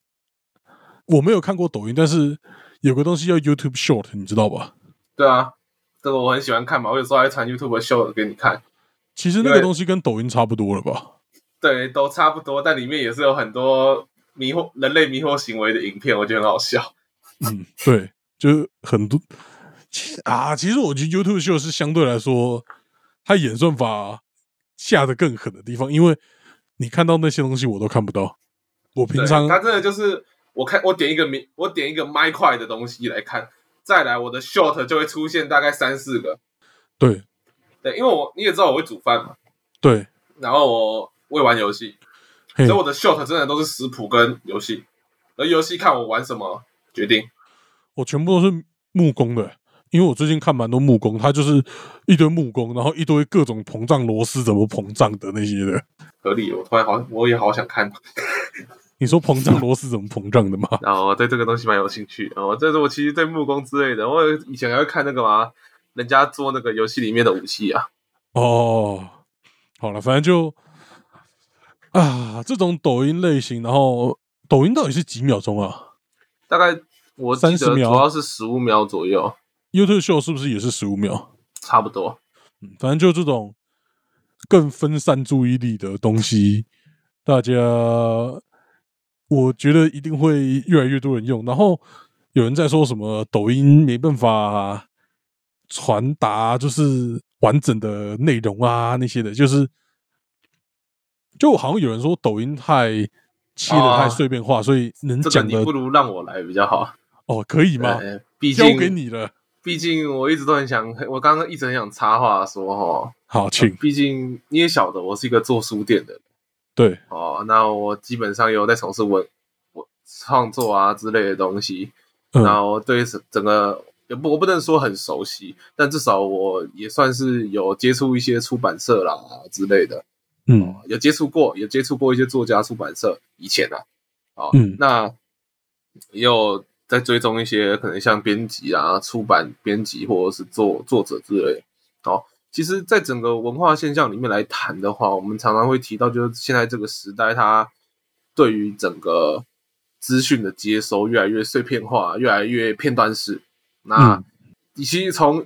我没有看过抖音，但是有个东西叫 YouTube Short，你知道吧？对啊，这个我很喜欢看嘛，我有时候还传 YouTube 秀给你看。其实那个东西跟抖音差不多了吧？对，都差不多，但里面也是有很多迷惑人类迷惑行为的影片，我觉得很好笑。嗯，对，就是很多。其实啊，其实我觉得 YouTube 秀是相对来说，它演算法下的更狠的地方，因为你看到那些东西我都看不到。我平常对他真的就是我看我点一个名，我点一个麦块的东西来看，再来我的 short 就会出现大概三四个。对对，因为我你也知道我会煮饭嘛，对，然后我会玩游戏，嘿所以我的 short 真的都是食谱跟游戏，而游戏看我玩什么决定。我全部都是木工的，因为我最近看蛮多木工，它就是一堆木工，然后一堆各种膨胀螺丝怎么膨胀的那些的。合理，我突然好，我也好想看。你说膨胀螺丝怎么膨胀的吗？然后我对这个东西蛮有兴趣。哦，这是我其实对木工之类的，我以前还会看那个嘛，人家做那个游戏里面的武器啊。哦，好了，反正就啊，这种抖音类型，然后抖音到底是几秒钟啊大概我记得30主秒要是十五秒左右， ？YouTube 秀是不是也是十五秒？差不多。嗯，反正就这种更分散注意力的东西，大家我觉得一定会越来越多人用。然后有人在说什么抖音没办法传达就是完整的内容啊那些的，就是就好像有人说抖音太切的太哦碎片化，所以能这个讲你的不如让我来比较好。哦可以吗？对，毕交给竟你了，毕竟我一直都很想，我刚刚一直很想插话说哦，好，请毕竟你也晓得我是一个做书店的人对哦，那我基本上也有在从事文我创作啊之类的东西。然嗯后对整整个也不我不能说很熟悉，但至少我也算是有接触一些出版社啦之类的，嗯哦有接触过，有接触过一些作家出版社以前啊，哦，嗯那也有在追踪一些可能像编辑啊、出版编辑或者是作作者之类的，哦。其实，在整个文化现象里面来谈的话，我们常常会提到，就是现在这个时代，它对于整个资讯的接收越来越碎片化，越来越片段式。那、嗯你其实从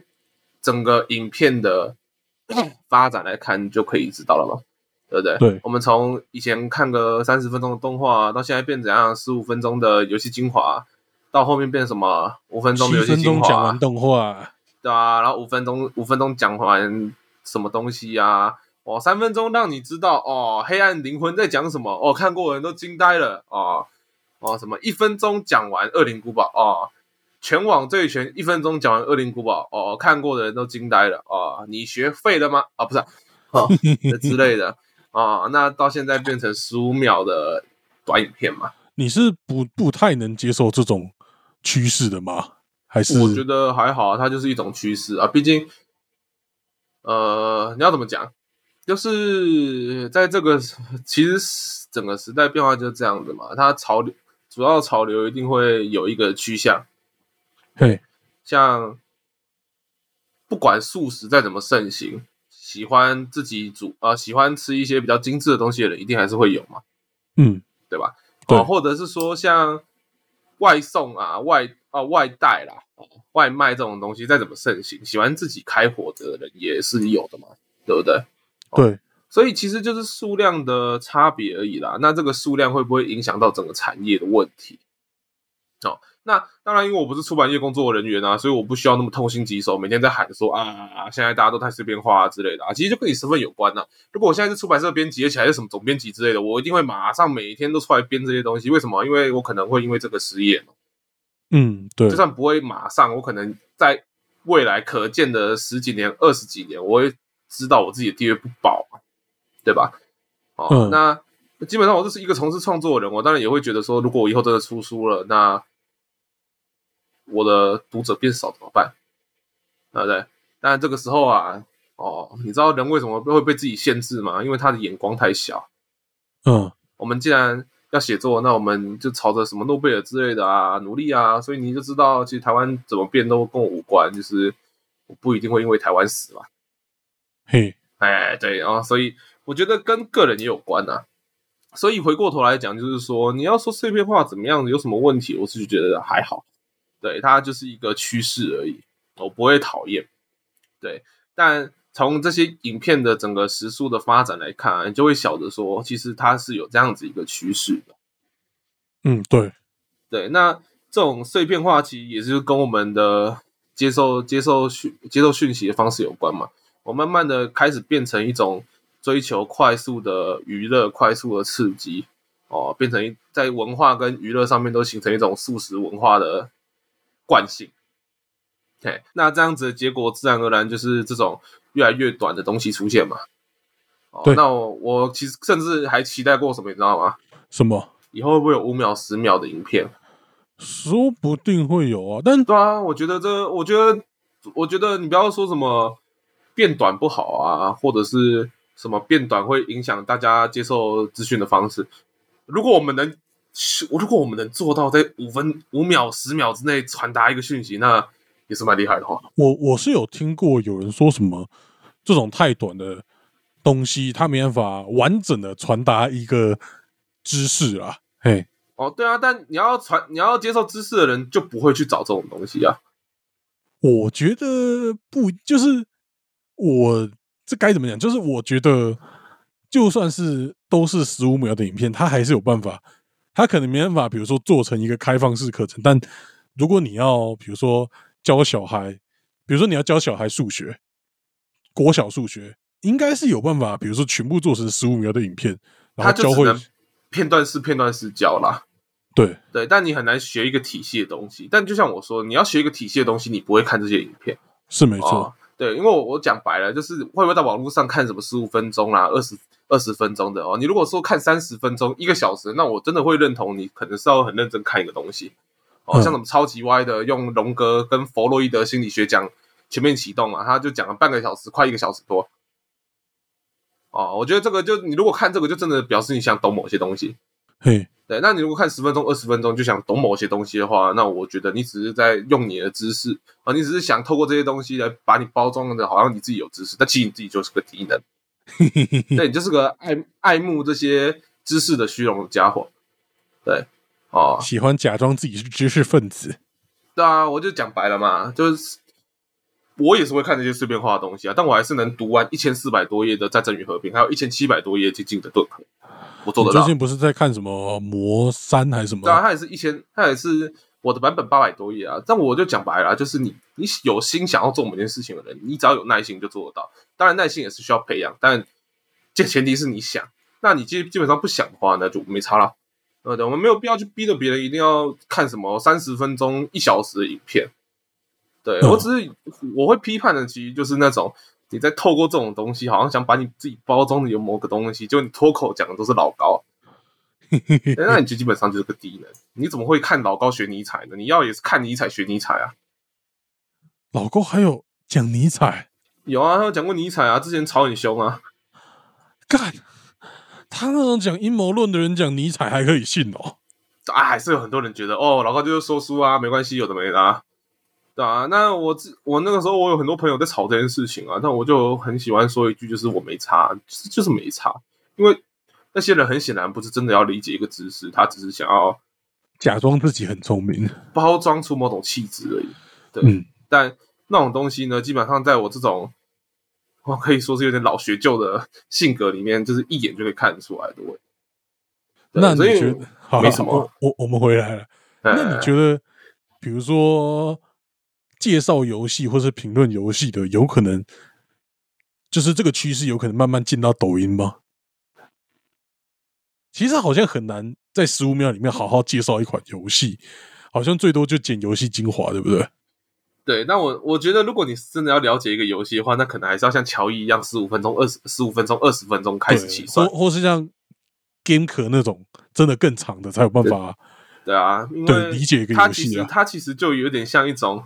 整个影片的发展来看，就可以知道了嘛，对不对？对我们从以前看个三十分钟的动画，到现在变怎样十五分钟的游戏精华，到后面变什么五分钟的七游戏分精钟华讲啊完，动画，对啊，然后五分钟五分钟讲完什么东西啊？哦，三分钟让你知道哦，黑暗灵魂在讲什么？哦，看过的人都惊呆了哦哦，什么一分钟讲完恶灵古堡哦，全网最全一分钟讲完恶灵古堡哦，看过的人都惊呆了哦，你学废了吗？啊、不是啊、哦之类的啊、哦，那到现在变成十五秒的短影片嘛？你是不不太能接受这种趋势的吗？还是我觉得还好啊，它就是一种趋势啊。毕竟，呃，你要怎么讲？就是在这个其实是整个时代变化就是这样子嘛。它潮流主要潮流一定会有一个趋向，嘿，像不管素食再怎么盛行，喜欢自己煮啊、喜欢吃一些比较精致的东西的人，一定还是会有嘛。嗯，对吧？对哦，或者是说像外送啊、外啊外带啦、哦外卖这种东西，再怎么盛行，喜欢自己开火的人也是有的嘛，对不对？对，所以其实就是数量的差别而已啦。那这个数量会不会影响到整个产业的问题？哦，那当然，因为我不是出版业工作人员啊，所以我不需要那么痛心疾首，每天在喊说啊，现在大家都太碎片化啊之类的啊，其实就跟你身份有关呐、如果我现在是出版社编辑，而且还是什么总编辑之类的，我一定会马上每一天都出来编这些东西。为什么？因为我可能会因为这个失业嘛。嗯，对就，算不会马上，我可能在未来可见的十几年、二十几年，我会知道我自己的地位不保嘛，对吧？哦，嗯那基本上我就是一个从事创作的人，我当然也会觉得说，如果我以后真的出书了，那我的读者变少怎么办？对不对？但这个时候啊，哦，你知道人为什么会被自己限制吗？因为他的眼光太小。嗯，我们既然要写作，那我们就朝着什么诺贝尔之类的啊努力啊。所以你就知道，其实台湾怎么变都跟我无关，就是我不一定会因为台湾死嘛。嘿，哎，对啊，所以我觉得跟个人也有关呐、所以回过头来讲，就是说你要说碎片化怎么样，有什么问题，我是觉得还好，对，它就是一个趋势而已，我不会讨厌。对，但从这些影片的整个时速的发展来看啊、你就会晓得说，其实它是有这样子一个趋势的。嗯，对，对，那这种碎片化其实也是跟我们的接受接受讯接受讯息的方式有关嘛。我慢慢的开始变成一种追求快速的娱乐、快速的刺激，哦，变成一在文化跟娱乐上面都形成一种素食文化的惯性。嘿，那这样子的结果自然而然就是这种越来越短的东西出现嘛。哦对，那我我其实甚至还期待过什么，你知道吗？什么以后会不会有五秒、十秒的影片？说不定会有啊，但对啊，我觉得这，我觉得，我觉得你不要说什么变短不好啊，或者是什么变短会影响大家接受资讯的方式。如果我们能，如果我们能做到在五分五秒、十秒之内传达一个讯息，那也是蛮厉害的哈。我我是有听过有人说什么这种太短的东西，他没办法完整的传达一个知识啊，嘿，哦，对啊，但你要传，你要接受知识的人就不会去找这种东西啊。我觉得不，就是我这该怎么讲？就是我觉得，就算是都是十五秒的影片，它还是有办法，它可能没办法，比如说做成一个开放式课程。但如果你要，比如说教小孩，比如说你要教小孩数学，国小数学，应该是有办法，比如说全部做成十五秒的影片，然他后就教只会能片段式、片段式教啦。对，对，但你很难学一个体系的东西。但就像我说，你要学一个体系的东西，你不会看这些影片。是没错，哦。对，因为我我讲白了，就是会不会在网络上看什么十五分钟啦、二十二十分钟的哦？你如果说看三十分钟、一个小时，那我真的会认同你可能是要很认真看一个东西哦，嗯像什么超级歪的，用荣格跟弗洛伊德心理学讲全面启动啊，他就讲了半个小时，快一个小时多。哦，我觉得这个就你如果看这个，就真的表示你想懂某些东西。嘿，对，那你如果看十分钟、二十分钟就想懂某些东西的话，那我觉得你只是在用你的知识啊，你只是想透过这些东西来把你包装的好像你自己有知识，但其实你自己就是个低能，对你就是个爱爱慕这些知识的虚荣的家伙。对，哦，喜欢假装自己是知识分子，对啊，我就讲白了嘛，就是我也是会看这些碎片化的东西啊，但我还是能读完一千四百多页的《战争与和平》，还有一千七百多页接近的《顿河》，我做你得最到。近不是在看什么魔三还是什么？啊对啊，它也是一千，它也是我的版本八百多页啊，但我就讲白了啊，就是你你有心想要做某件事情的人，你只要有耐心就做得到。当然，耐心也是需要培养，但这前提是你想。那你基基本上不想的话，那就没差了。对的，我们没有必要去逼着别人一定要看什么三十分钟、一小时的影片。对嗯我只是我会批判的，其实就是那种你在透过这种东西，好像想把你自己包装的有某个东西，就你脱口讲的都是老高，欸那你就基本上就是个低能。你怎么会看老高学尼采呢？你要也是看尼采学尼采啊。老高还有讲尼采，有啊，他有讲过尼采啊，之前吵很凶啊。干他那种讲阴谋论的人讲尼采还可以信哦。啊，还是有很多人觉得哦，老高就是说书啊，没关系，有的没的、啊，对啊。那我自我那个时候，我有很多朋友在吵这件事情啊，但我就很喜欢说一句，就是我没差，就是就是没差，因为那些人很显然不是真的要理解一个知识，他只是想要假装自己很聪明，包装出某种气质而已。对，嗯但那种东西呢，基本上在我这种我可以说是有点老学究的性格里面，就是一眼就可以看得出来的味。对那你所以觉得好没什么？啊我我我们回来了。呃那你觉得，比如说介绍游戏或是评论游戏的，有可能就是这个趋势有可能慢慢进到抖音吗？其实好像很难在十五秒里面好好介绍一款游戏，好像最多就剪游戏精华，对不对？对，那我我觉得，如果你真的要了解一个游戏的话，那可能还是要像乔伊一样，十五分钟、二十、十五分钟、二十分钟开始对起或算，或是像 Game 壳那种真的更长的才有办法对啊，因对为理解一个它游其戏实啊。它其实就有点像一种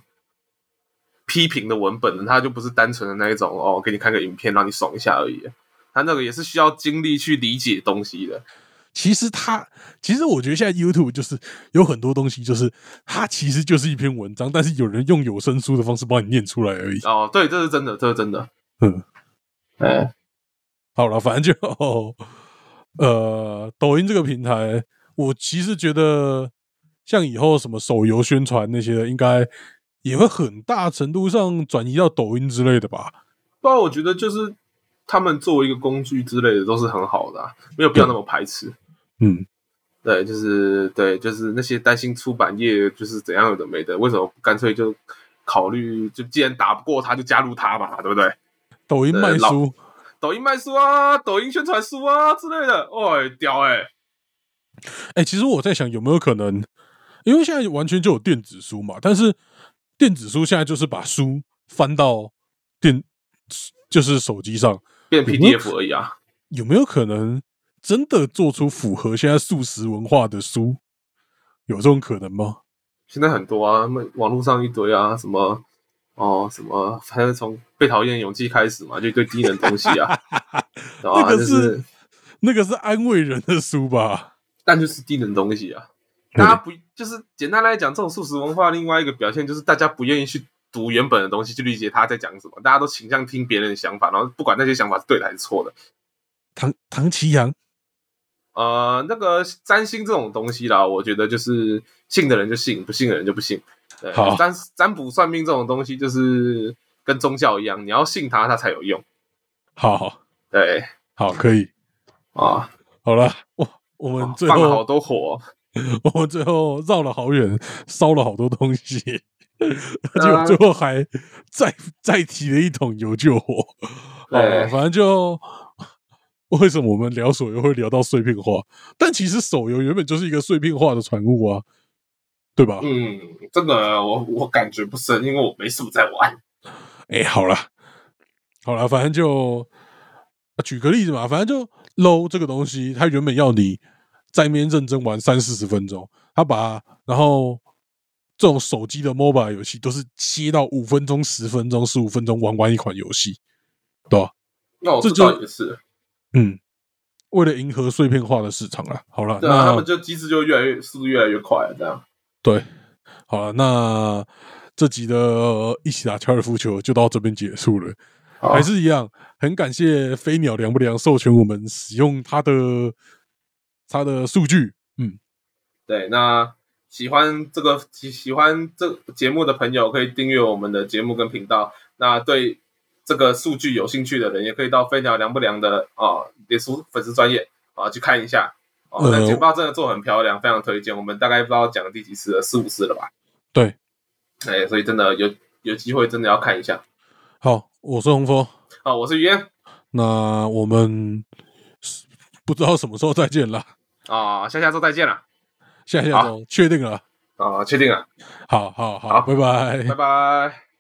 批评的文本，它就不是单纯的那一种哦，给你看个影片让你爽一下而已，它那个也是需要精力去理解东西的。其实它，其实我觉得现在 YouTube 就是有很多东西，就是它其实就是一篇文章，但是有人用有声书的方式帮你念出来而已。哦，对，这是真的，这是真的。嗯，哎，好了，反正就哦呃，抖音这个平台，我其实觉得像以后什么手游宣传那些的，应该也会很大程度上转移到抖音之类的吧。不然我觉得就是他们作为一个工具之类的都是很好的、啊，没有必要那么排斥。嗯，对，就是对，就是那些担心出版业就是怎样有的没的，为什么不干脆就考虑，就既然打不过他，就加入他嘛，对不对？抖音卖呃老书，抖音卖书啊，抖音宣传书啊之类的，哦，屌哎、哎、其实我在想有没有可能，因为现在完全就有电子书嘛，但是电子书现在就是把书翻到电，就是手机上，变有没有 PDF 而已啊。有没有可能真的做出符合现在素食文化的书？有这种可能吗？现在很多啊，网络上一堆啊，什么哦什么，反正从被讨厌的勇气开始嘛，就一堆低能东西 啊，对吧、那个啊就是那个是安慰人的书吧？但就是低能东西啊。对大家不就是简单来讲，这种素食文化另外一个表现就是大家不愿意去读原本的东西，去理解他在讲什么，大家都倾向听别人的想法，然后不管那些想法是对的还是错的。唐唐奇阳，呃，那个占星这种东西啦，我觉得就是信的人就信，不信的人就不信。对好，占占卜算命这种东西就是跟宗教一样，你要信它，它才有用。好好对好，可以，啊，好了，哇，我们最放了好后多火哦、我们最后绕了好远，烧了好多东西， 而且我最后还再再提了一桶油救火。哦对，反正就 为什么我们聊手游会聊到碎片化？但其实手游原本就是一个碎片化的产物啊，对吧？嗯，这个我我感觉不深，因为我没什么在玩。哎、好啦，好啦，反正就啊举个例子嘛，反正就 low 这个东西，它原本要你在面认真玩三四十分钟，它把然后这种手机的 MOBA 游戏都是切到五分钟、十分钟、十五分钟玩完一款游戏，对吧？那我这这就倒也是，嗯，为了迎合碎片化的市场啦，好啦，对啊，他那们就机制就越来越速度越来越快了，这样。对，好了，那这集的呃一起打高尔夫球就到这边结束了。好还是一样，很感谢飞鸟凉不凉授权我们使用它的它的数据。嗯，对，那喜欢这个喜喜欢这个节目的朋友，可以订阅我们的节目跟频道。那对这个数据有兴趣的人，也可以到飞鸟凉不凉的啊、脸书粉丝专业啊去看一下哦，那呃简报真的做得很漂亮，非常推荐。我们大概不知道讲了第几次了，四五次了吧？对，哎，所以真的有有机会真的要看一下。好，我是洪峰，好，我是于嫣那我们不知道什么时候再见啦，啊，下下周再见了下下周确定了，啊，确定了，好好好，好拜拜拜拜。